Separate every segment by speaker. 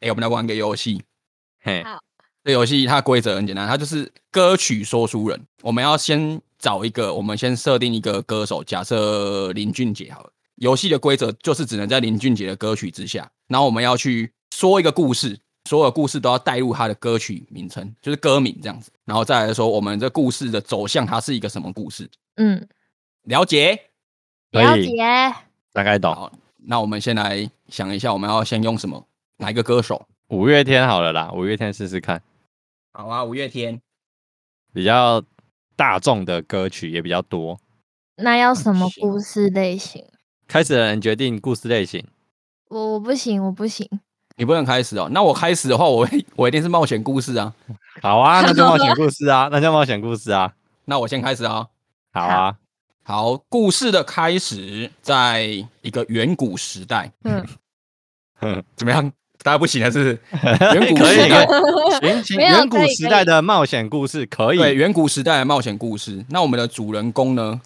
Speaker 1: 哎、我们来玩个游戏。嘿
Speaker 2: 好，
Speaker 1: 这游戏它的规则很简单，它就是歌曲说书人。我们要先找一个，我们先设定一个歌手，假设林俊杰好了。游戏的规则就是只能在林俊杰的歌曲之下，然后我们要去说一个故事，所有故事都要带入他的歌曲名称，就是歌名这样子。然后再来说我们这故事的走向，它是一个什么故事？
Speaker 2: 嗯，
Speaker 1: 了解。
Speaker 2: 了
Speaker 3: 可
Speaker 2: 解
Speaker 3: 以，，大概懂。
Speaker 1: 好那我们先来想一下，我们要先用什么？哪一个歌手？
Speaker 3: 五月天好了啦，五月天试试看，
Speaker 1: 好啊，五月天。
Speaker 3: 比较大众的歌曲也比较多。
Speaker 2: 那要什么
Speaker 1: 行
Speaker 2: 故事类型？
Speaker 3: 开始的人决定故事类型，
Speaker 2: 我我不行，我不行。
Speaker 1: 你不能开始哦。那我开始的话，我会我一定是冒险故事啊。
Speaker 3: 好啊，那就冒险故事啊，那就冒险故事啊，
Speaker 1: 那我先开始啊。
Speaker 3: 好啊，
Speaker 1: 好，故事的开始在一个远古时代，
Speaker 2: 嗯，
Speaker 1: 怎么样？大家不行了，是不是
Speaker 3: 可
Speaker 1: 远
Speaker 3: 以
Speaker 1: 古
Speaker 3: 可
Speaker 1: 时
Speaker 3: 以
Speaker 1: 代，
Speaker 3: 远古
Speaker 2: 没有
Speaker 3: 远古
Speaker 2: 可以
Speaker 3: 时
Speaker 2: 可
Speaker 3: 代
Speaker 2: 以
Speaker 3: 的冒险故事可以，
Speaker 1: 对远古时代的冒险故事。那我们的主人公呢，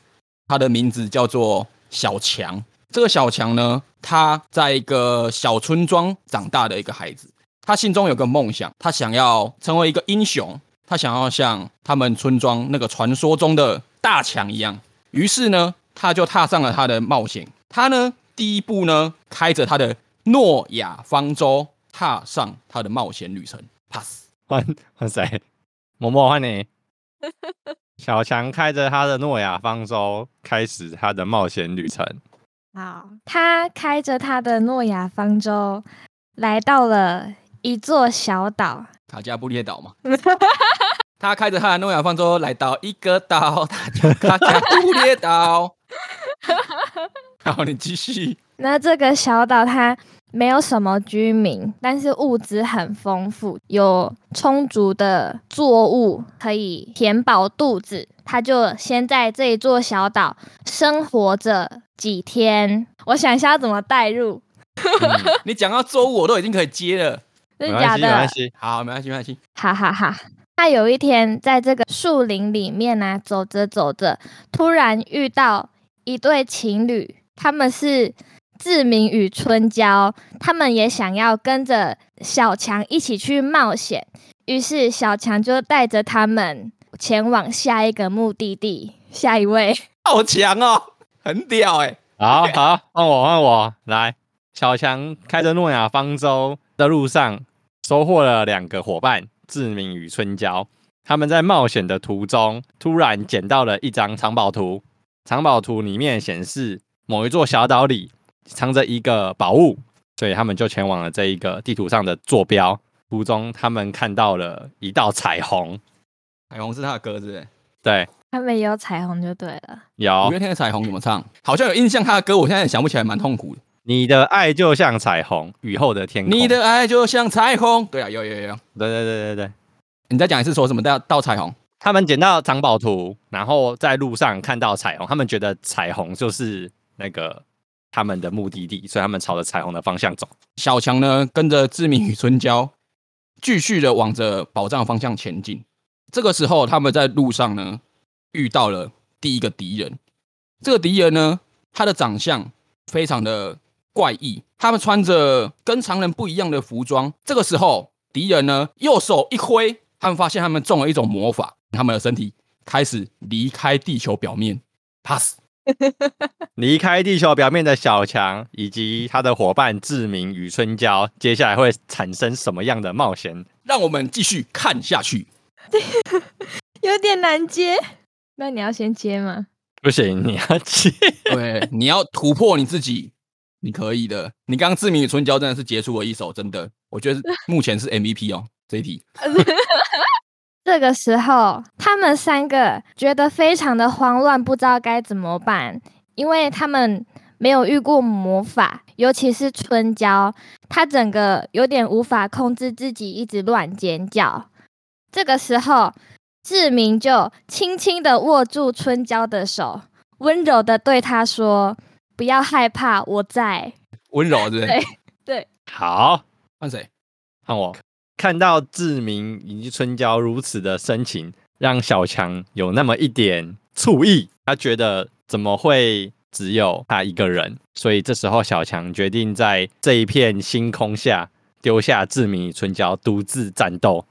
Speaker 1: 他的名字叫做小强。这个小强呢，他在一个小村庄长大的一个孩子，他心中有个梦想，他想要成为一个英雄，他想要像他们村庄那个传说中的大强一样。于是呢，他就踏上了他的冒险。他呢，第一步呢，开着他的诺亚方舟，踏上他的冒险旅程。pass。
Speaker 3: 换换谁？默默换 你。小强开着他的诺亚方舟，开始他的冒险旅程。
Speaker 2: 好，他开着他的诺亚方舟，来到了一座小岛。
Speaker 1: 卡加布列岛嘛。 他开着他的诺亚方舟来到一个岛，他叫卡加布列岛。好，你继续。
Speaker 2: 那这个小岛它没有什么居民，但是物资很丰富，有充足的作物可以填饱肚子。他就先在这一座小岛生活着几天。我想一下要怎么带入，
Speaker 3: 嗯
Speaker 1: 你讲到周五我都已经可以接了。
Speaker 2: 真
Speaker 3: 没
Speaker 2: 的
Speaker 3: 关
Speaker 2: 假
Speaker 3: 系，没
Speaker 2: 的
Speaker 3: 关？系。
Speaker 1: 好，没关系，没关系。
Speaker 2: 哈哈哈。他有一天在这个树林里面呢、走着走着，突然遇到一对情侣，他们是志明与春娇，他们也想要跟着小强一起去冒险，于是小强就带着他们前往下一个目的地。下一位，
Speaker 1: 好强哦，很屌哎、
Speaker 3: 好好，换我，换我来。小强开着诺亚方舟的路上，收获了两个伙伴志明与春娇。他们在冒险的途中，突然捡到了一张藏宝图。藏宝图里面显示，某一座小岛里藏着一个宝物，所以他们就前往了这一个地图上的坐标。途中，他们看到了一道彩虹。
Speaker 1: 彩虹是他的歌，是不是？
Speaker 3: 对，
Speaker 2: 他们有彩虹就对了。
Speaker 1: 五
Speaker 3: 有
Speaker 1: 月天的彩虹怎么唱？好像有印象他的歌，我现在也想不起来，蛮痛苦的。
Speaker 3: 你的爱就像彩虹，雨后的天空。
Speaker 1: 你，的爱就像彩虹。对啊，有有有有。
Speaker 3: 对对对对对。
Speaker 1: 你再讲一次，说什么到到彩虹？
Speaker 3: 他们捡到藏宝图，然后在路上看到彩虹，他们觉得彩虹就是那个他们的目的地，所以他们朝着彩虹的方向走。
Speaker 1: 小强呢，跟着志明与春娇，继续的往着宝藏方向前进。这个时候，他们在路上呢，遇到了第一个敌人。这个敌人呢，他的长相非常的怪异，他们穿着跟常人不一样的服装。这个时候，敌人呢，右手一挥，他们发现他们中了一种魔法，他们的身体开始离开地球表面。pass。
Speaker 3: 离开地球表面的小强以及他的伙伴志明与春娇，接下来会产生什么样的冒险？
Speaker 1: 让我们继续看下去。
Speaker 2: 有点难接，那你要先接吗？
Speaker 3: 不行，你要接。
Speaker 1: 对，你要突破你自己，你可以的。你刚刚志明与春娇真的是杰出了一手，真的，我觉得是目前是 MVP 哦。这一题，
Speaker 2: 这个时候，他们三个觉得非常的慌乱，不知道该怎么办，因为他们没有遇过魔法，尤其是春娇，她整个有点无法控制自己，一直乱尖叫。这个时候，志明就轻轻的握住春娇的手，温柔的对她说：“不要害怕，我在。
Speaker 1: 温柔啊对不对
Speaker 2: 对？
Speaker 3: 好，
Speaker 1: 换谁？
Speaker 3: 看我看到志明以及春娇如此的深情，让小强有那么一点醋意。他觉得怎么会只有他一个人？所以这时候小强决定在这一片星空下丢下志明与春娇独自战斗。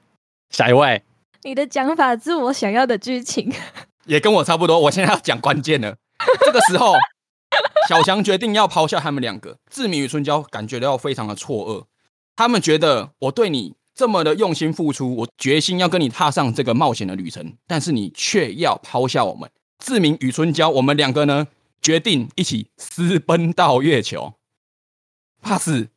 Speaker 3: 下一位，
Speaker 2: 你的讲法是我想要的剧情。
Speaker 1: 也跟我差不多。我现在要讲关键了。 这个时候，小强决定要抛下他们两个。志明与春娇感觉到非常的错愕，他们觉得我对你这么的用心付出，我决心要跟你踏上这个冒险的旅程，但是你却要抛下我们。志明与春娇，我们两个呢，决定一起私奔到月球。pass，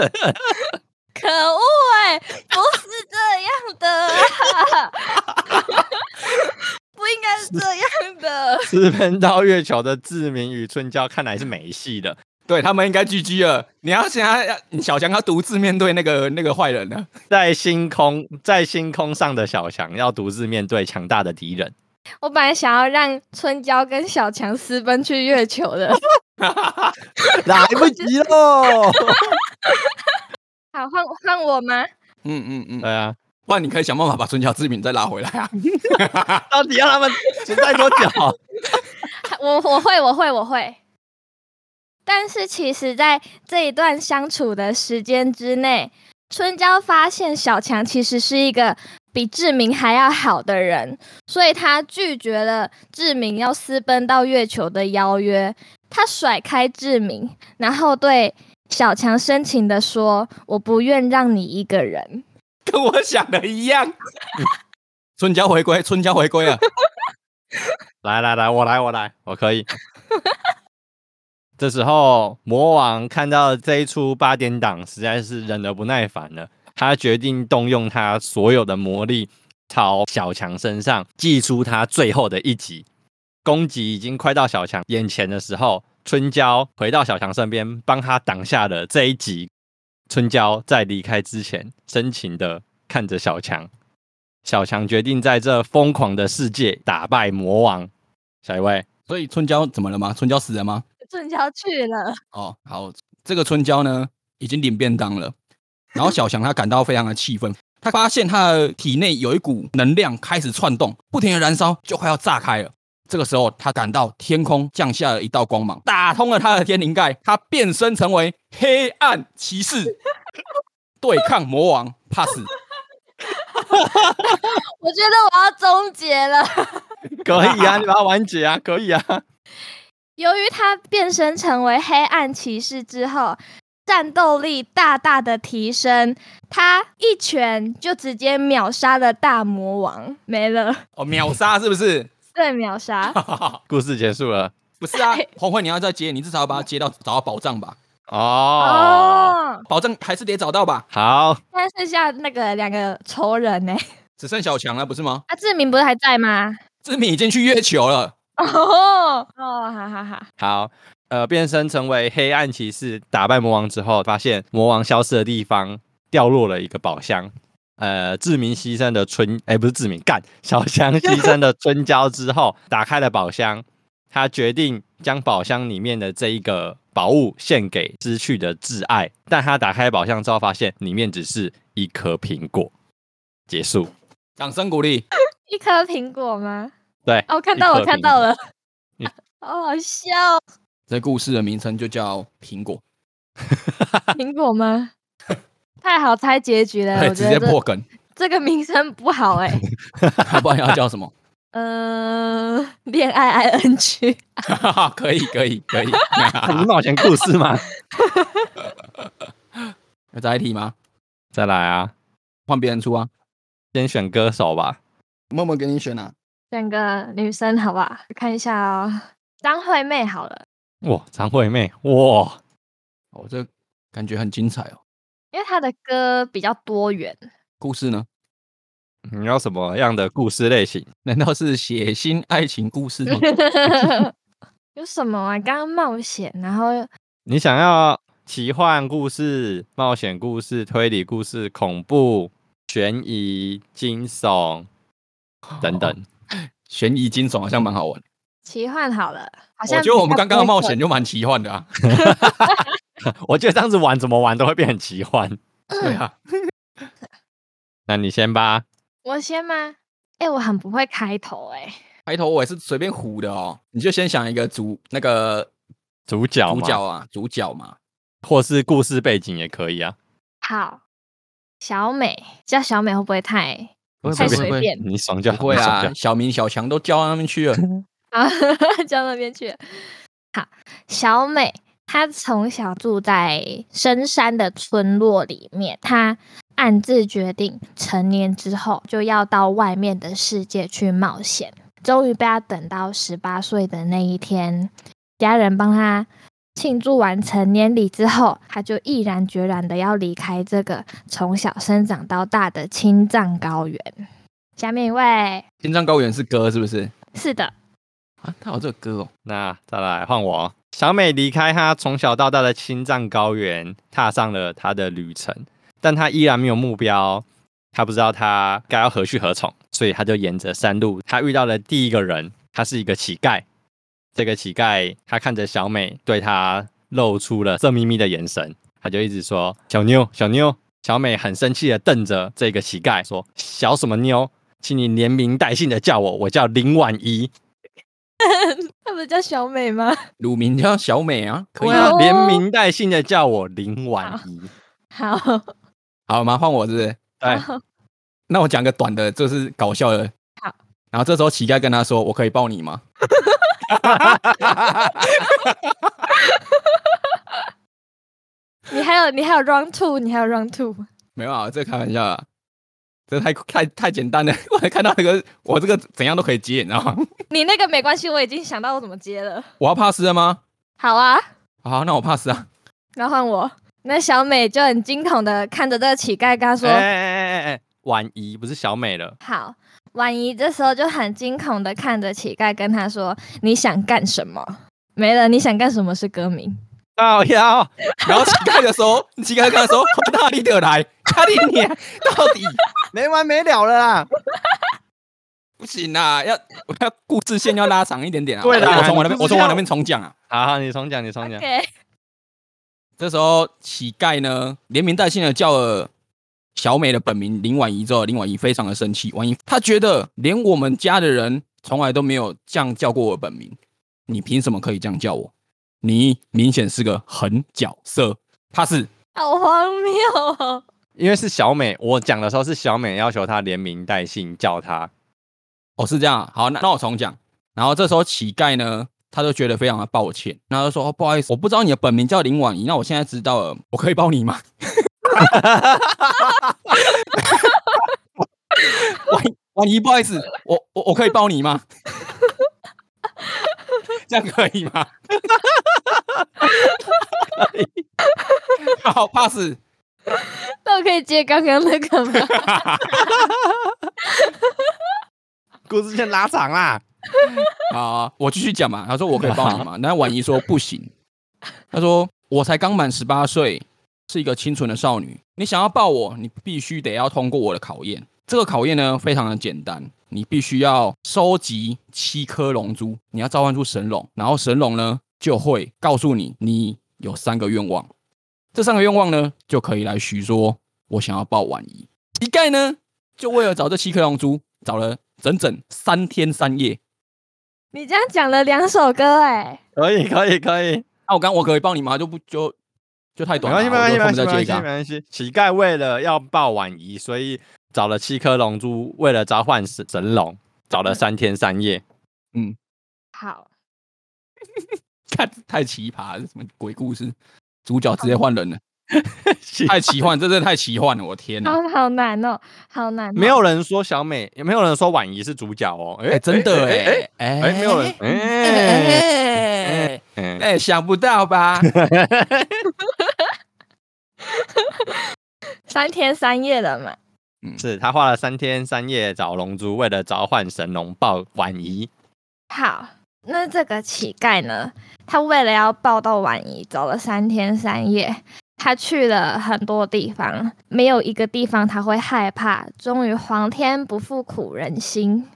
Speaker 2: 可恶哎、不是这样的、啊， 不应该是这样的。
Speaker 3: 私奔到月球的志明与春娇看来是没戏的。
Speaker 1: 对他们应该 GG 了。你要想要要小强要独自面对那个那个坏人呢、
Speaker 3: 在星空，在星空上的小强要独自面对强大的敌人。
Speaker 2: 我本来想要让春娇跟小强私奔去月球的，
Speaker 3: 来不及喽！
Speaker 2: 好换换我吗？
Speaker 1: 嗯嗯嗯，
Speaker 3: 对啊，
Speaker 1: 不然你可以想办法把春娇志明再拉回来啊。
Speaker 3: 到底要他们存在多啊久？
Speaker 2: 我我会，我会，我会。但是其实，在这一段相处的时间之内，春娇发现小强其实是一个比志明还要好的人，所以他拒绝了志明要私奔到月球的邀约。他甩开志明，然后对小强深情的说：“我不愿让你一个人。
Speaker 1: 跟我想的一样。 春娇回归，春娇回归了。
Speaker 3: 来来来，我来我来，我可以。 这时候，魔王看到这一出八点档，实在是忍得不耐烦了，他决定动用他所有的魔力，朝小强身上祭出他最后的一击。攻击已经快到小强眼前的时候，春娇回到小强身边，帮他挡下了这一击。春娇在离开之前，深情的看着小强。小强决定在这疯狂的世界打败魔王。下一 位，
Speaker 1: 所以春娇怎么了吗？春娇死了吗？”
Speaker 2: 春娇去了，
Speaker 1: 哦，好，这个春娇呢已经领便当了，然后小强他感到非常的气愤，他发现他的体内有一股能量开始窜动，不停的燃烧，就快要炸开了。这个时候，他感到天空降下了一道光芒，打通了他的天灵盖，他变身成为黑暗骑士，对抗魔王 pass。
Speaker 2: 我觉得我要终结了。
Speaker 3: 可以啊，你把它完结啊，可以啊。
Speaker 2: 由于他变身成为黑暗骑士之后，战斗力大大的提升，他一拳就直接秒杀了大魔王，没了，
Speaker 1: 哦，秒杀是不是？。
Speaker 2: 对，秒杀
Speaker 1: 哈，
Speaker 3: 故事结束了
Speaker 1: 不是啊，
Speaker 2: 哎
Speaker 1: 红慧你要再接，你至少要把它接到找到宝藏吧，
Speaker 3: 哦。
Speaker 2: 哦，
Speaker 1: 宝藏还是得找到吧，
Speaker 3: 好，
Speaker 2: 但剩下那个两个仇人呢、
Speaker 1: 只剩小强了，不是吗？
Speaker 2: 啊，志明不是还在吗？
Speaker 1: 志明已经去月球了。
Speaker 2: 哦哦，哈哈哈，
Speaker 3: 好，呃，变身成为黑暗骑士，打败魔王之后，发现魔王消失的地方掉落了一个宝箱。呃，志明牺牲的春，哎、不是志明，干小香牺牲的春娇之后，打开了宝箱，他决定将宝箱里面的这一个宝物献给失去的挚爱。但他打开宝箱之后，发现里面只是一颗苹果。结束。
Speaker 1: 掌声鼓励。
Speaker 2: 一颗苹果吗？
Speaker 3: 对，
Speaker 2: 哦，看
Speaker 3: 一
Speaker 2: 到
Speaker 3: 颗
Speaker 2: 我看
Speaker 3: 苹
Speaker 2: 到
Speaker 3: 果
Speaker 2: 了
Speaker 3: 嗯，
Speaker 2: 好好 笑哦，
Speaker 1: 这故事的名称就叫苹果，
Speaker 2: 苹 果吗？太好猜结局
Speaker 1: 对，
Speaker 3: 哎
Speaker 2: 了，哎我
Speaker 1: 哎直
Speaker 2: 觉
Speaker 1: 接
Speaker 2: 得
Speaker 1: 破
Speaker 2: 这
Speaker 1: 梗，
Speaker 2: 这个名声不好哎、
Speaker 1: 不然要叫什么？
Speaker 2: 呃，恋爱 ing，
Speaker 1: 可以，可以，可以。
Speaker 3: 你冒险故事吗？
Speaker 1: 要再一题吗？
Speaker 3: 再来啊，
Speaker 1: 换别人出啊，
Speaker 3: 先选歌手吧。
Speaker 1: 默默给你选啊。
Speaker 2: 选个女生好不好？看一下哦，张惠妹好了，
Speaker 3: 哇，张惠妹，哇，
Speaker 1: 哦，这感觉很精彩哦。
Speaker 2: 因为她的歌比较多元，
Speaker 1: 故事呢？
Speaker 3: 你要什么样的故事类型？
Speaker 1: 难道是血腥爱情故事 吗？
Speaker 2: 有什么啊？刚刚冒险，然后
Speaker 3: 你想要奇幻故事、冒险故事、推理故事、恐怖、悬疑、惊悚等等。
Speaker 1: 悬疑惊悚好像蛮好玩。
Speaker 2: 奇幻好了，好
Speaker 1: 我
Speaker 2: 像
Speaker 1: 觉得
Speaker 2: 比
Speaker 1: 我们
Speaker 2: 较
Speaker 1: 刚刚的
Speaker 2: 不会
Speaker 1: 冒
Speaker 2: 错
Speaker 1: 险就蛮奇幻的啊。
Speaker 3: 我觉得这样子玩怎么玩都会变很奇幻。
Speaker 1: 对啊，
Speaker 3: 那你先吧。
Speaker 2: 我先吗？哎、我很不会开头哎、
Speaker 1: 开头我也是随便胡的哦。你就先想一个主那个
Speaker 3: 主角嘛，
Speaker 1: 主角啊，主角嘛。
Speaker 3: 或是故事背景也可以啊。
Speaker 2: 好，小美叫小美会不会太
Speaker 1: 不会
Speaker 2: 太
Speaker 1: 不会
Speaker 2: 随
Speaker 1: 不会
Speaker 2: 便
Speaker 3: 你爽就好
Speaker 1: 不会
Speaker 3: 你爽
Speaker 1: 啊
Speaker 3: 就好，
Speaker 1: 小明、小强都叫到那边去 了。
Speaker 2: 啊， 叫那边去了。好，小美她从小住在深山的村落里面，她暗自决定成年之后就要到外面的世界去冒险。终于被她等到十八岁的那一天，家人帮她庆祝完成年礼之后，她就毅然决然的要离开这个从小生长到大的青藏高原。下面一位，
Speaker 1: 青藏高原是歌是不是？
Speaker 2: 是的，
Speaker 1: 啊，他有这个歌哦。
Speaker 3: 那再来换我。小美离开她从小到大的青藏高原，踏上了她的旅程，但她依然没有目标，她不知道她该要何去何从，所以她就沿着山路，她遇到了第一个人，他是一个乞丐。这个乞丐他看着小美，对她露出了色眯眯的眼神，他就一直说“小妞，小妞”。小美很生气的瞪着这个乞丐说：“小什么妞，请你连名带姓的叫我，我叫林婉仪。”
Speaker 2: 她不是叫小美吗？
Speaker 1: 乳名叫小美啊，可以
Speaker 3: 对
Speaker 1: 吗？
Speaker 3: 啊，
Speaker 2: 哦
Speaker 3: 连名带姓的叫我林婉仪。
Speaker 2: 好，
Speaker 1: 好嘛，换我是不是？
Speaker 3: 对，哎
Speaker 2: 好
Speaker 1: 那我讲个短的，就是搞笑的。
Speaker 2: 好。
Speaker 1: 然后这时候乞丐跟他说：“我可以抱你吗
Speaker 2: 你还有你还有 round two，你还有 round two，？”
Speaker 1: 没有啊，这个开玩笑的啊，这太太太简单了。 我还看到那个，我这个怎样都可以接，你知道吗？
Speaker 2: 你那个没关系，我已经想到我怎么接了。
Speaker 1: 我要 pass 了吗？
Speaker 2: 好啊，
Speaker 1: 好，那我 pass 啊。
Speaker 2: 然后换我。那小美就很惊恐的看着这个乞丐，跟他说：“
Speaker 3: 哎哎哎哎，婉仪不是小美了，
Speaker 2: 好。”婉仪这时候就很惊恐的看着乞丐，跟他说：“你想干什么？”没了，你想干什么是歌名。
Speaker 3: 哦呀，
Speaker 1: 然后乞丐的时候，乞丐跟他说：“从哪里得来？哪里你到底
Speaker 3: 没完没了了啦。
Speaker 1: 不行啊？要我要故事线要拉长一点点啊！
Speaker 3: 对啦
Speaker 1: 我从我那边，
Speaker 3: 你
Speaker 1: 我
Speaker 3: 不是
Speaker 1: 从我
Speaker 3: 要
Speaker 1: 那边重讲啊。
Speaker 3: 好好，你重讲，你重讲。
Speaker 2: OK，
Speaker 1: 这时候乞丐呢，连名带姓的叫了小美的本名林婉仪之后，林婉仪非常的生气，婉仪她觉得连我们家的人从来都没有这样叫过我本名，你凭什么可以这样叫我？你明显是个狠角色，他是
Speaker 2: 好荒谬哦！
Speaker 3: 因为是小美，我讲的时候是小美要求她连名带姓叫她。
Speaker 1: 哦，是这样啊。好，那那我重讲。然后这时候乞丐呢，他就觉得非常的抱歉，然后就说、哦不好意思，我不知道你的本名叫林婉仪，那我现在知道了，我可以抱你吗？ 婉婉仪，不好意思，我我我可以抱你吗？ 这样可以吗？ 好，pass。
Speaker 2: 那我可以接刚刚那个吗？
Speaker 3: 故事线拉长啦。
Speaker 1: 啊，我继续讲嘛。他说我可以抱你嘛，那婉仪说不行。他说我才刚满十八岁，是一个清纯的少女。你想要抱我，你必须得要通过我的考验。这个考验呢，非常的简单，你必须要收集七颗龙珠，你要召唤出神龙，然后神龙呢就会告诉你，你有三个愿望。这三个愿望呢，就可以来许说，我想要抱婉仪。乞丐呢，就为了找这七颗龙珠，找了整整三天三夜。
Speaker 2: 你这样讲了两首歌哎、
Speaker 3: 可以，可以，可以，
Speaker 1: 那、我刚我可以帮你吗？就不就就太
Speaker 3: 没
Speaker 1: 短了，
Speaker 3: 关系，没关系，没
Speaker 1: 我
Speaker 3: 关
Speaker 1: 就
Speaker 3: 系，
Speaker 1: 后面
Speaker 3: 没
Speaker 1: 再接一
Speaker 3: 关系，
Speaker 1: 个
Speaker 3: 没
Speaker 1: 啊。
Speaker 3: 关系。乞丐为了要抱婉仪，所以找了七颗龙珠，为了召唤神神龙，找了三天三夜。
Speaker 2: 好，
Speaker 1: 看，太奇葩了，什么鬼故事？主角直接换人了，
Speaker 3: 乞
Speaker 1: 太奇幻，这真的太奇幻了，我天哪！
Speaker 2: 好好难哦，好难、哦。
Speaker 3: 嗯没有人说小美，也没有人说婉仪是主角哦。哎、
Speaker 1: 哎、真的哎、欸，哎、
Speaker 3: 哎、没有人，哎、
Speaker 1: 哎、哎
Speaker 3: 哎
Speaker 1: 哎想不到吧？
Speaker 2: 三天三夜了嘛。
Speaker 3: 是他花了三天三夜找龙珠，为了召唤神龙抱婉仪。
Speaker 2: 好，那这个乞丐呢，他为了要抱到婉仪，走了三天三夜，他去了很多地方，没有一个地方他会害怕。终于，皇天不负苦人心，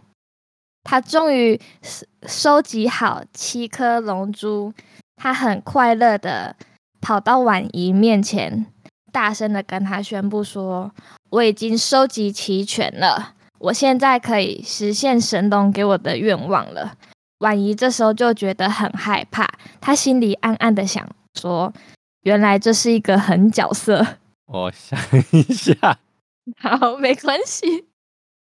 Speaker 2: 他终于收收集好七颗龙珠，他很快乐的跑到婉仪面前，大声的跟他宣布说：“我已经收集齐全了。”我现在可以实现神龙给我的愿望了。婉仪这时候就觉得很害怕，她心里暗暗的想说：“原来这是一个狠角色，
Speaker 3: 我想一下，
Speaker 2: 好，没关系。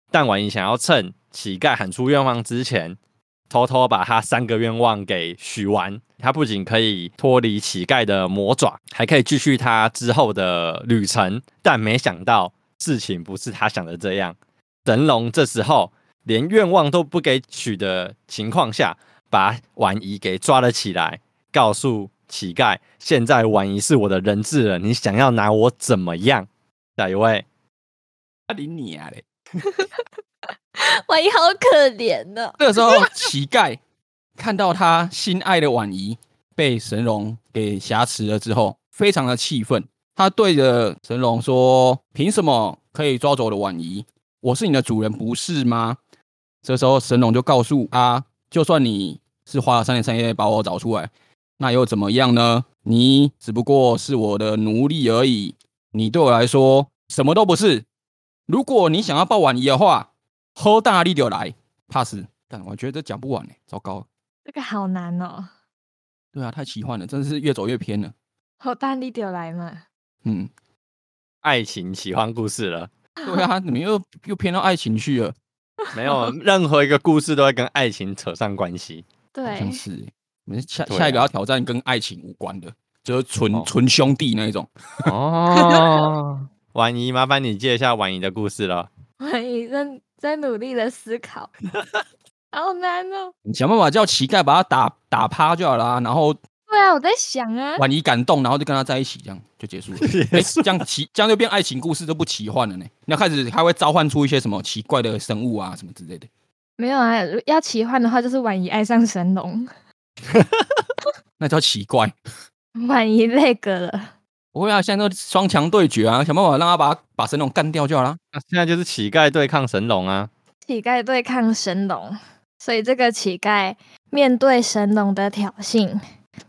Speaker 3: 但婉莹想要趁乞丐喊出愿望之前，偷偷把他三个愿望给许完。他不仅可以脱离乞丐的魔爪，还可以继续他之后的旅程。但没想到事情不是他想的这样。神龙这时候连愿望都不给许的情况下，把婉仪给抓了起来，告诉乞丐：“现在婉仪是我的人质了，你想要拿我怎么样？”下一位。
Speaker 1: 他理你啊嘞！
Speaker 2: 婉仪好可怜哦呢、
Speaker 1: 这个时候，乞丐 看到他心爱的婉仪被神龙给挟持了之后，非常的气愤。他对着神龙说：“凭什么可以抓走我的婉仪？我是你的主人，不是吗？”这时候，神龙就告诉他：“就算你是花了三天三夜把我找出来，那又怎么样呢？你只不过是我的奴隶而已，你对我来说什么都不是。如果你想要抱婉仪的话，喝大力就来。” pass。但我觉得这讲不完呢、糟糕。
Speaker 2: 这个好难哦。
Speaker 1: 对啊，太奇幻了，真的是越走越偏了。
Speaker 2: 好蛋力丢来嘛，
Speaker 1: 嗯，
Speaker 3: 爱情奇幻故事了，
Speaker 1: 对啊，你们又又偏到爱情去了，
Speaker 3: 没有任何一个故事都会跟爱情扯上关系。
Speaker 1: 好
Speaker 2: 对
Speaker 1: 像，是欸。我们下
Speaker 3: 对
Speaker 1: 下一个
Speaker 3: 啊
Speaker 1: 要挑战跟爱情无关的，就是
Speaker 3: 哦
Speaker 1: 纯纯兄弟那一种。
Speaker 3: 哦， 婉仪，麻烦你借一下婉仪的故事了。
Speaker 2: 婉仪在在努力的思 考，好难哦。
Speaker 1: 你想办法叫乞丐把他打打趴就好啦、然后
Speaker 2: 对啊，我在想啊，
Speaker 1: 婉仪感动，然后就跟他在一起，这样就结束了。哎、这样奇这样就变爱情故事都不奇幻了呢。那开始还会召唤出一些什么奇怪的生物啊什么之类的。
Speaker 2: 没有啊，如要奇幻的话就是婉仪爱上神龙，
Speaker 1: 那叫奇怪。
Speaker 2: 婉仪那个了。
Speaker 1: 不会啊，现在都双强对决啊，想办法让他把把神龙干掉就好啦。
Speaker 3: 那现在就是乞丐对抗神龙啊！
Speaker 2: 乞丐对抗神龙，所以这个乞丐面对神龙的挑衅，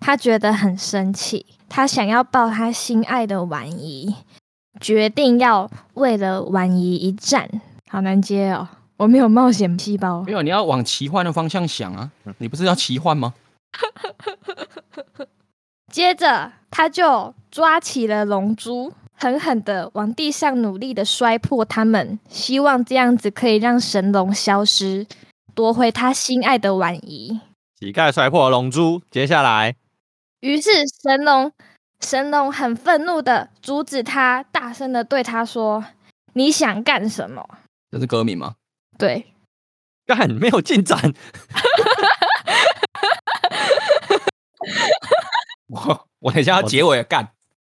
Speaker 2: 他觉得很生气，他想要抱他心爱的婉仪，决定要为了婉仪一战。好难接哦，我没有冒险细胞哦
Speaker 1: 没。有，你要往奇幻的方向想啊！你不是要奇幻吗？
Speaker 2: 接着，他就抓起了龙珠，狠狠的往地上努力的摔破它们，希望这样子可以让神龙消失，夺回他心爱的婉仪。
Speaker 3: 乞丐摔破龙珠，接下来
Speaker 2: 于是神龙，神龙很愤怒的阻止他，大声的对他说：“你想干什么
Speaker 1: 这是歌名吗？？”
Speaker 2: 对，
Speaker 3: 干没有进展，
Speaker 1: 我我等一下要结尾了干，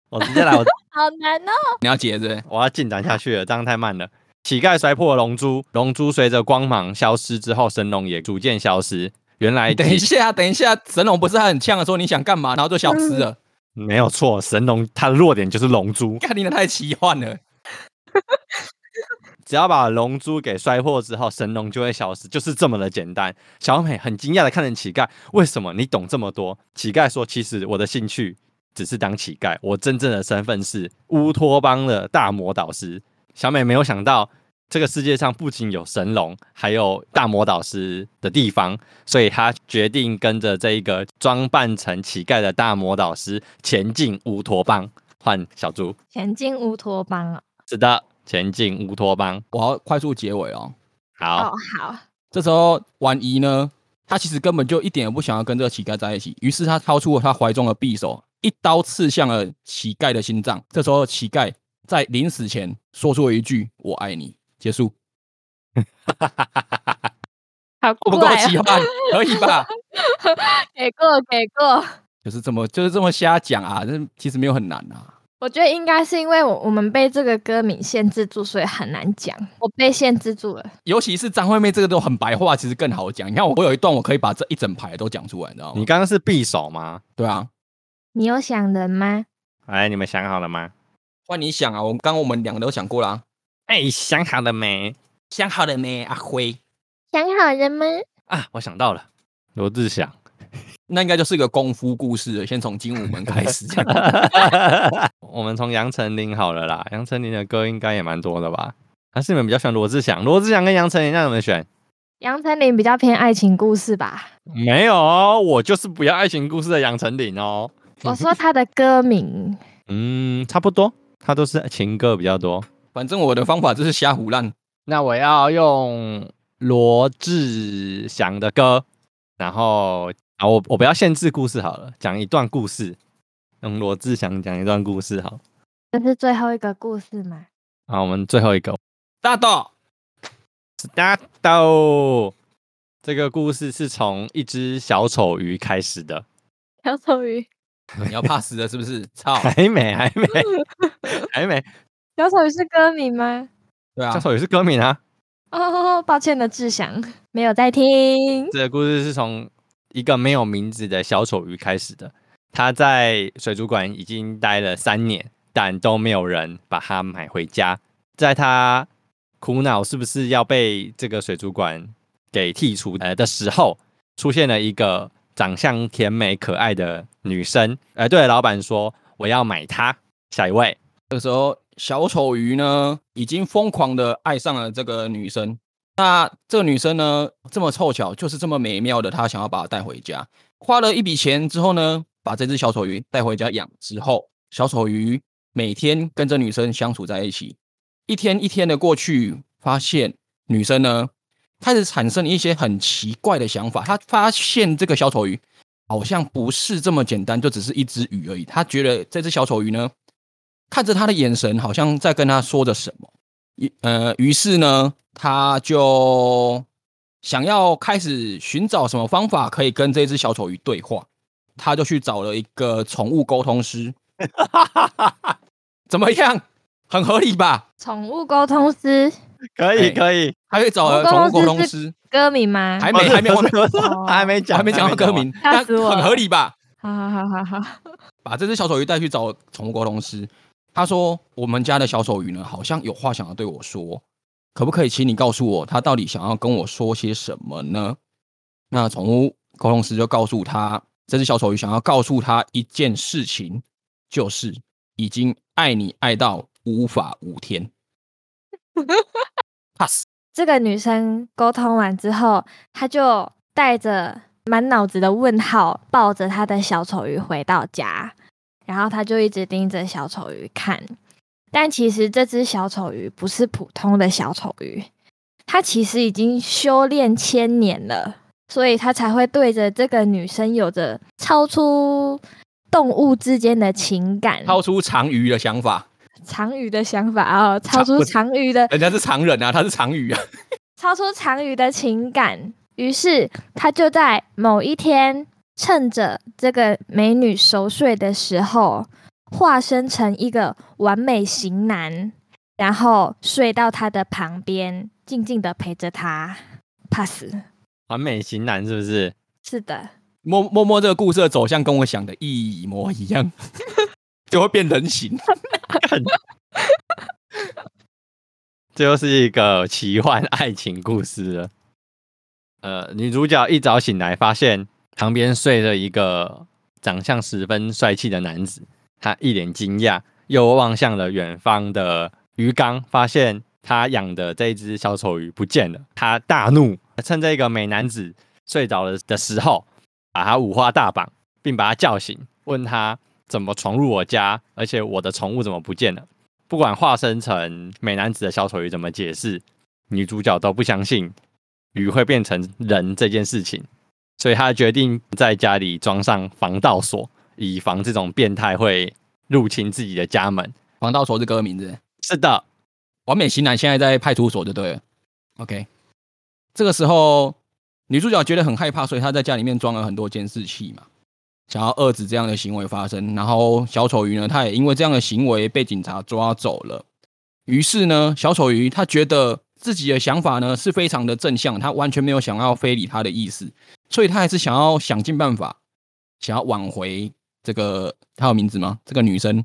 Speaker 3: 我哦直接来，我
Speaker 2: 好难哦。
Speaker 1: 你要结是不是？
Speaker 3: 我要进展下去了，这样太慢了。乞丐摔破龙珠，龙珠随着光芒消失之后，神龙也逐渐消失。原来
Speaker 1: 哎 等一下，等一下，神龙不是还很呛的说你想干嘛，然后就消失了。
Speaker 3: 没有错，神龙它的弱点就是龙 珠，
Speaker 1: 看你的太奇幻了，
Speaker 3: 只要把龙珠给摔破之后，神龙就会消失，就是这么的简单。小美很惊讶的看着乞丐，为什么你懂这么多？乞丐说：“其实我的兴趣只是当乞丐，我真正的身份是乌托邦的大魔导师。”小美没有想到，这个世界上不仅有神龙，还有大魔导师的地方，所以她决定跟着这一个装扮成乞丐的大魔导师前进乌托邦。换小猪，
Speaker 2: 前进乌托邦哦。
Speaker 3: 是的，前进乌托邦。
Speaker 1: 我要快速结尾哦。
Speaker 3: 好。
Speaker 2: 哦，好，
Speaker 1: 这时候婉仪呢，她其实根本就一点也不想要跟这个乞丐在一起，于是她掏出了她怀中的匕首，一刀刺向了乞丐的心脏。这时候乞丐在临死前说出了一句“我爱你”，结束。
Speaker 2: 好
Speaker 1: 够不啊够
Speaker 2: 怪
Speaker 1: 奇
Speaker 2: 哦。
Speaker 1: 幻？ 可以吧？
Speaker 2: 给过，给过。
Speaker 1: 就是这么就是这么瞎讲啊，这其实没有很难啊。
Speaker 2: 我觉得应该是因为我我们被这个歌名限制住，所以很难讲。我被限制住了。
Speaker 1: 尤其是张惠妹这个都很白话，其实更好讲。你看我我有一段，我可以把这一整排都讲出来，你知道吗
Speaker 3: 你？刚刚是匕首吗？
Speaker 1: 对啊，
Speaker 2: 你有想人吗？
Speaker 3: 哎，你们想好了吗？
Speaker 1: 换你想啊，我刚刚我们两个都想过啦、
Speaker 3: 哎，想好了没？
Speaker 1: 想好了没，阿辉？
Speaker 2: 想好人吗？
Speaker 3: 啊，我想到了，罗志祥。
Speaker 1: 那应该就是一个功夫故事了，先从精武门开始 讲。
Speaker 3: 我们从杨丞琳好了啦，杨丞琳的歌应该也蛮多的吧？还是你们比较喜欢罗志祥？罗志祥跟杨丞琳让你们选？
Speaker 2: 杨丞琳比较偏爱情故事吧。
Speaker 3: 没有哦，我就是不
Speaker 1: 嗯
Speaker 3: 要爱情故事的杨丞琳哦。
Speaker 2: 我说她的歌名，
Speaker 3: 嗯，差不多。它都是情歌比较多。
Speaker 1: 反正我的方法就是瞎胡乱。
Speaker 3: 那我要用罗志祥的歌，然后啊，我我不要限制故事好了，讲一段故事，用罗志祥讲一段故事好。
Speaker 2: 这是最后一个故事嘛？
Speaker 3: 啊，我们最后一个
Speaker 1: 大道
Speaker 3: start。这个故事是从一只小丑鱼开始的，
Speaker 2: 小丑鱼，
Speaker 1: 你要怕死了是不是？操！
Speaker 3: 还没，还没， 还没。
Speaker 2: 小丑鱼是歌名吗？
Speaker 1: 对
Speaker 3: 小
Speaker 1: 啊，
Speaker 3: 丑鱼是歌名啊。
Speaker 2: 哦，抱歉的志祥没有在听。
Speaker 3: 这个故事是从一个没有名字的小丑鱼开始的。他在水族馆已经待了三年，但都没有人把它买回家。在他苦恼是不是要被这个水族馆给剔除呃的时候，出现了一个长相甜美可爱的女生。呃，对老板说：“我要买它。”下一位，
Speaker 1: 这时候小丑鱼呢已经疯狂的爱上了这个女生。那这个女生呢，这么凑巧，就是这么美妙的，她想要把她带回家，花了一笔钱之后呢，把这只小丑鱼带回家养之后，小丑鱼每天跟这女生相处在一起，一天一天的过去，发现女生呢开始产生一些很奇怪的想法，她发现这个小丑鱼好像不是这么简单，就只是一只鱼而已。她觉得这只小丑鱼呢，看着他的眼神，好像在跟他说着什么。于呃，于是呢，他就想要开始寻找什么方法可以跟这只小丑鱼对话。他就去找了一个宠物沟通 师。怎么样？很合理吧？
Speaker 2: 宠物沟通师
Speaker 3: 可
Speaker 1: 以
Speaker 3: 以，可以，
Speaker 1: 他去找了宠物
Speaker 2: 宠物
Speaker 1: 沟
Speaker 2: 沟
Speaker 1: 通
Speaker 2: 通师
Speaker 1: 师，
Speaker 2: 歌名吗？
Speaker 1: 还没还没我们
Speaker 2: 哦
Speaker 3: 还没讲，
Speaker 1: 还没讲到歌
Speaker 3: 完
Speaker 1: 名，
Speaker 2: 吓
Speaker 1: 那
Speaker 2: 死我了
Speaker 1: 很合理吧？
Speaker 2: 好好好好好，
Speaker 1: 把这只小丑鱼带去找宠物沟通师。他说：“我们家的小丑鱼呢，好像有话想要对我说，可不可以请你告诉我，他到底想要跟我说些什么呢？”那宠物沟通师就告诉他，这只小丑鱼想要告诉他一件事情，就是已经爱你爱到无法无天。pass，
Speaker 2: 这个女生沟通完之后，她就带着满脑子的问号，抱着她的小丑鱼回到家，然后她就一直盯着小丑鱼看。但其实这只小丑鱼不是普通的小丑鱼，它其实已经修炼千年了，所以它才会对着这个女生有着超出动物之间的情感。
Speaker 1: 超出常鱼的想法，
Speaker 2: 长鱼的想法哦，超
Speaker 1: 不
Speaker 2: 出
Speaker 1: 是
Speaker 2: 长鱼的
Speaker 1: 人家是常人啊，他是常鱼啊。
Speaker 2: 超出常宇的情感，于是他就在某一天，趁着这个美女熟睡的时候，化身成一个完美型男，然后睡到她的旁边，静静的陪着她。pass，
Speaker 3: 完美型男是不是？
Speaker 2: 是的，
Speaker 1: 摸摸摸这个故事的走向跟我想的一模一样， 就会变人形。
Speaker 3: 这又是一个奇幻爱情故事了。呃，女主角一早醒来，发现旁边睡了一个长相十分帅气的男子，她一脸惊讶，又望向了远方的鱼缸，发现她养的这一只小丑鱼不见了，她大怒，趁这个美男子睡着了的时候，把他五花大绑，并把他叫醒，问他怎么闯入我家，而且我的宠物怎么不见了。不管化身成美男子的小丑鱼怎么解释，女主角都不相信鱼会变成人这件事情，所以她决定在家里装上防盗锁，以防这种变态会入侵自己的家门。
Speaker 1: 黄道仇是歌名字，
Speaker 3: 是的，
Speaker 1: 完美型男现在在派出所就对了。OK，这个时候女主角觉得很害怕，所以她在家里面装了很多监视器嘛，想要遏制这样的行为发生。然后小丑鱼呢，他也因为这样的行为被警察抓走了。于是呢，小丑鱼他觉得自己的想法呢是非常的正向，他完全没有想要非礼他的意思，所以他还是想要想尽办法，想要挽回这个她有名字吗？这个女生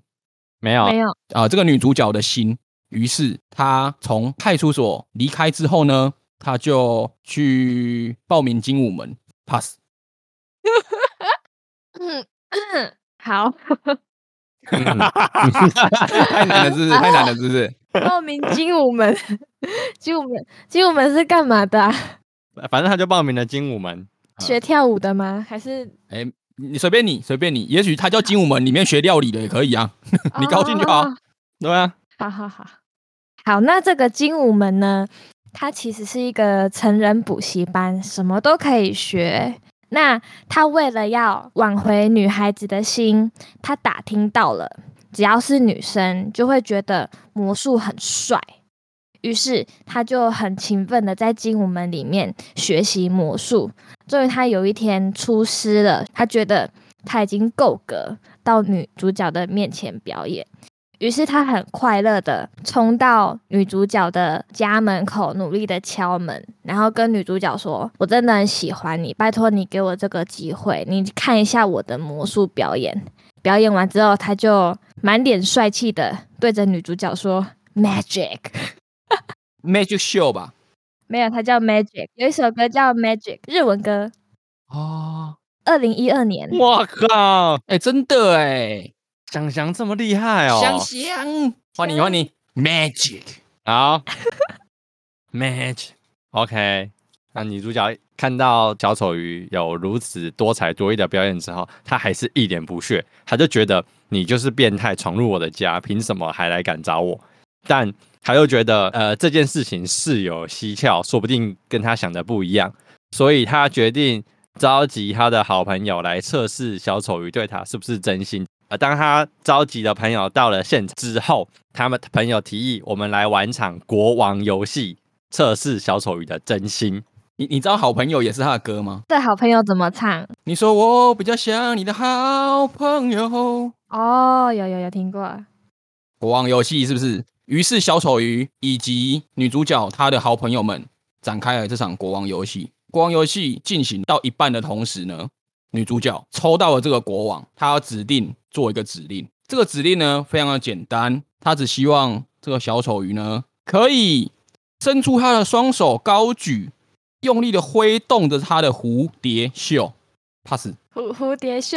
Speaker 3: 没有
Speaker 2: 没有
Speaker 1: 啊、这个女主角的心。于是她从派出所离开之后呢，她就去报名精武门 pass。
Speaker 2: 嗯好，
Speaker 1: 太难了，是不是？太难了，是不是？
Speaker 2: 报名精武门，精武门，精武门是干嘛的、啊？
Speaker 1: 呃
Speaker 3: 反正她就报名了精武门。
Speaker 2: 学跳舞的吗？还是
Speaker 1: 哎、你随便你，随便你。也许她叫精武门里面学料理的也可以啊，你高兴就好
Speaker 2: 哦
Speaker 3: 对啊，
Speaker 4: 好好好，
Speaker 2: 好，那这个精武门呢，它其实是一个成人补习班，什么都可以学。那他为了要挽回女孩子的心，他打听到了，只要是女生就会觉得魔术很帅，于是他就很勤奋的在精武门里面学习魔术。终于他有一天出师了，他觉得他已经够格到女主角的面前表演。于是他很快乐的冲到女主角的家门口，努力的敲门，然后跟女主角说：“我真的很喜欢你，拜托你给我这个机会，你看一下我的魔术表演。”表演完之后，他就满脸帅气的对着女主角说：“Magic。
Speaker 1: Magic Show 吧？”
Speaker 2: 没有，他叫 Magic，有一首歌叫 Magic，日文歌，
Speaker 1: 哦，
Speaker 2: 二零一二年。
Speaker 3: 我靠，
Speaker 1: 哎、真的哎，
Speaker 3: 想翔这么厉害哦，
Speaker 1: 香香，换你换你，Magic，
Speaker 3: 好，match。OK，那女主角看到小丑鱼有如此多才多艺的表演之后，她还是一脸不屑，她就觉得你就是变态闯入我的家，凭什么还来敢找我？但她又觉得，呃，这件事情事有蹊跷，说不定跟她想的不一样，所以她决定召集她的好朋友来测试小丑鱼对她是不是真心。呃，当他召集的朋友到了现场之后，他们朋友提议我们来玩场国王游戏，测试小丑鱼的真心。
Speaker 1: 你你知道好朋友也是他的歌吗？
Speaker 2: 这好朋友怎么唱？
Speaker 1: 你说我比较像你的好朋友，
Speaker 2: 哦，有有有听过。
Speaker 1: 国王游戏是不是？于是小丑鱼以及女主角她的好朋友们展开了这场国王游戏。国王游戏进行到一半的同时呢，女主角抽到了这个国王，她要指定做一个指令。这个指令呢非常的简单，她只希望这个小丑鱼呢可以伸出她的双手，高举，用力的挥动着她的蝴蝶袖。pass
Speaker 4: 蝴蝴蝶袖，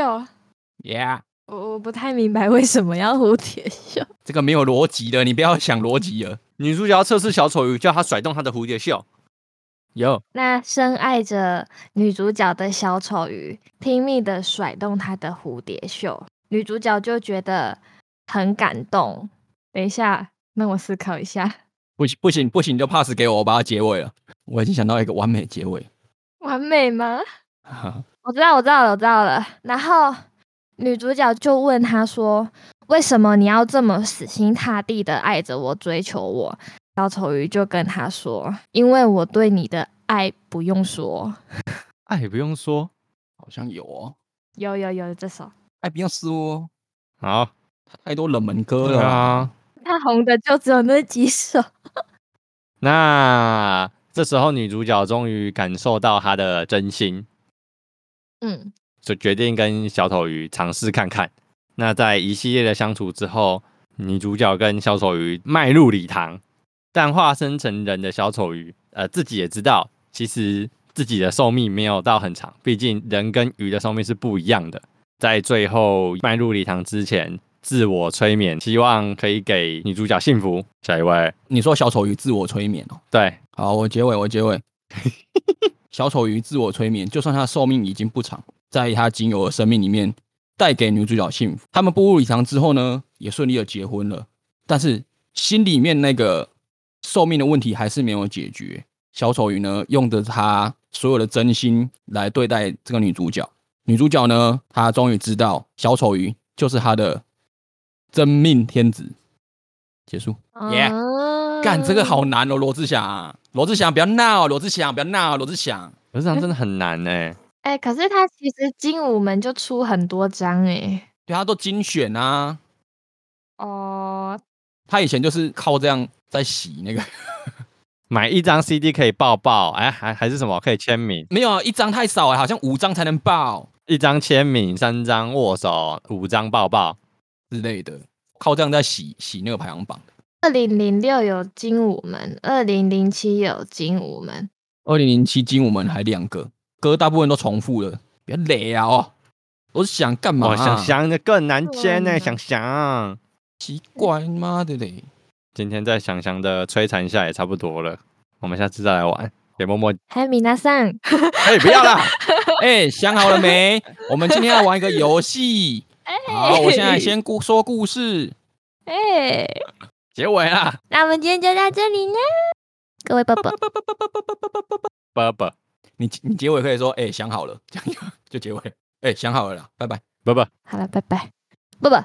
Speaker 1: yeah，
Speaker 4: 我我不太明白为什么要蝴蝶袖。
Speaker 1: 这个没有逻辑的，你不要想逻辑了。
Speaker 3: 女主角要测试小丑鱼，叫他甩动他的蝴蝶袖。有
Speaker 2: 那深爱着女主角的小丑鱼拼命的甩动她的蝴蝶袖，女主角就觉得很感动。
Speaker 4: 等一下，让我思考一下。
Speaker 1: 不行不行不行，就 pass 给我，我把它结尾了。我已经想到一个完美结尾。
Speaker 4: 完美吗？
Speaker 2: 我知道，我知道了，我知道了。然后女主角就问他说：“为什么你要这么死心塌地的爱着我，追求我？”小丑鱼就跟他说：“因为我对你的爱不用说。
Speaker 3: 爱哎不用说，
Speaker 1: 好像有哦，”
Speaker 2: 有有有这首，
Speaker 1: 哎，不要说哦，
Speaker 3: 好
Speaker 1: 太多冷门歌
Speaker 3: 对
Speaker 1: 了。
Speaker 3: 啊。
Speaker 2: 他红的就只有那几首。
Speaker 3: 那这时候女主角终于感受到他的真心，
Speaker 2: 嗯，
Speaker 3: 就决定跟小丑鱼尝试看看。那在一系列的相处之后，女主角跟小丑鱼迈入礼堂，但化身成人的小丑鱼，呃，自己也知道，其实自己的寿命没有到很长，毕竟人跟鱼的寿命是不一样的。在最后迈入礼堂之前，自我催眠，希望可以给女主角幸福。下一位，
Speaker 1: 你说小丑鱼自我催眠哦。
Speaker 3: 对，
Speaker 1: 好，我结尾，我结尾。小丑鱼自我催眠，就算他的寿命已经不长，在他仅有的生命里面带给女主角幸福。他们步入礼堂之后呢，也顺利的结婚了，但是心里面那个寿命的问题还是没有解决。小丑鱼呢，用着他所有的真心来对待这个女主角。女主角呢，她终于知道小丑鱼就是她的真命天子。结束。Yeah 干这个好难哦，罗志祥，罗志祥不要闹，罗志祥不要闹，罗志祥。
Speaker 3: 可是这样真的很难欸呢、
Speaker 4: 哎、可是他其实精武门就出很多张哎、
Speaker 1: 对他都精选啊，
Speaker 4: 哦，
Speaker 1: 他以前就是靠这样在洗那个，
Speaker 3: 买一张 CD 可以抱抱，哎，还还是什么可以签名？
Speaker 1: 没有啊，一张太少了，好像五张才能报
Speaker 3: 一张签名，三张握手，五张抱抱。
Speaker 1: 之类的，靠这样在洗洗那个排行榜。
Speaker 4: 二零零六有精武门，二零零七有精武门，
Speaker 1: 二零零七金武门还两个歌，大部分都重复了，别累啊哦。我是想干嘛、
Speaker 3: 哇，
Speaker 1: 啊？
Speaker 3: 哦想想的更难签呢、
Speaker 4: 对啊
Speaker 3: 想想。
Speaker 1: 奇怪妈的嘞！
Speaker 3: 今天在想想的摧残下也差不多了，我们下次再来玩。给默默，
Speaker 2: 还有米娜 桑，
Speaker 3: 哎、不要啦，
Speaker 1: 哎、想好了没？我们今天要玩一个游戏。好，我现在先故说故事。
Speaker 2: 哎、
Speaker 3: 结尾啦，
Speaker 2: 那我们今天就到这里呢，各位宝宝，
Speaker 3: 啵啵
Speaker 1: 你你结尾可以说，哎、想好了，这样就就结尾，哎、想好了啦，拜拜。
Speaker 3: 啵啵。
Speaker 2: 好了，拜拜，不不。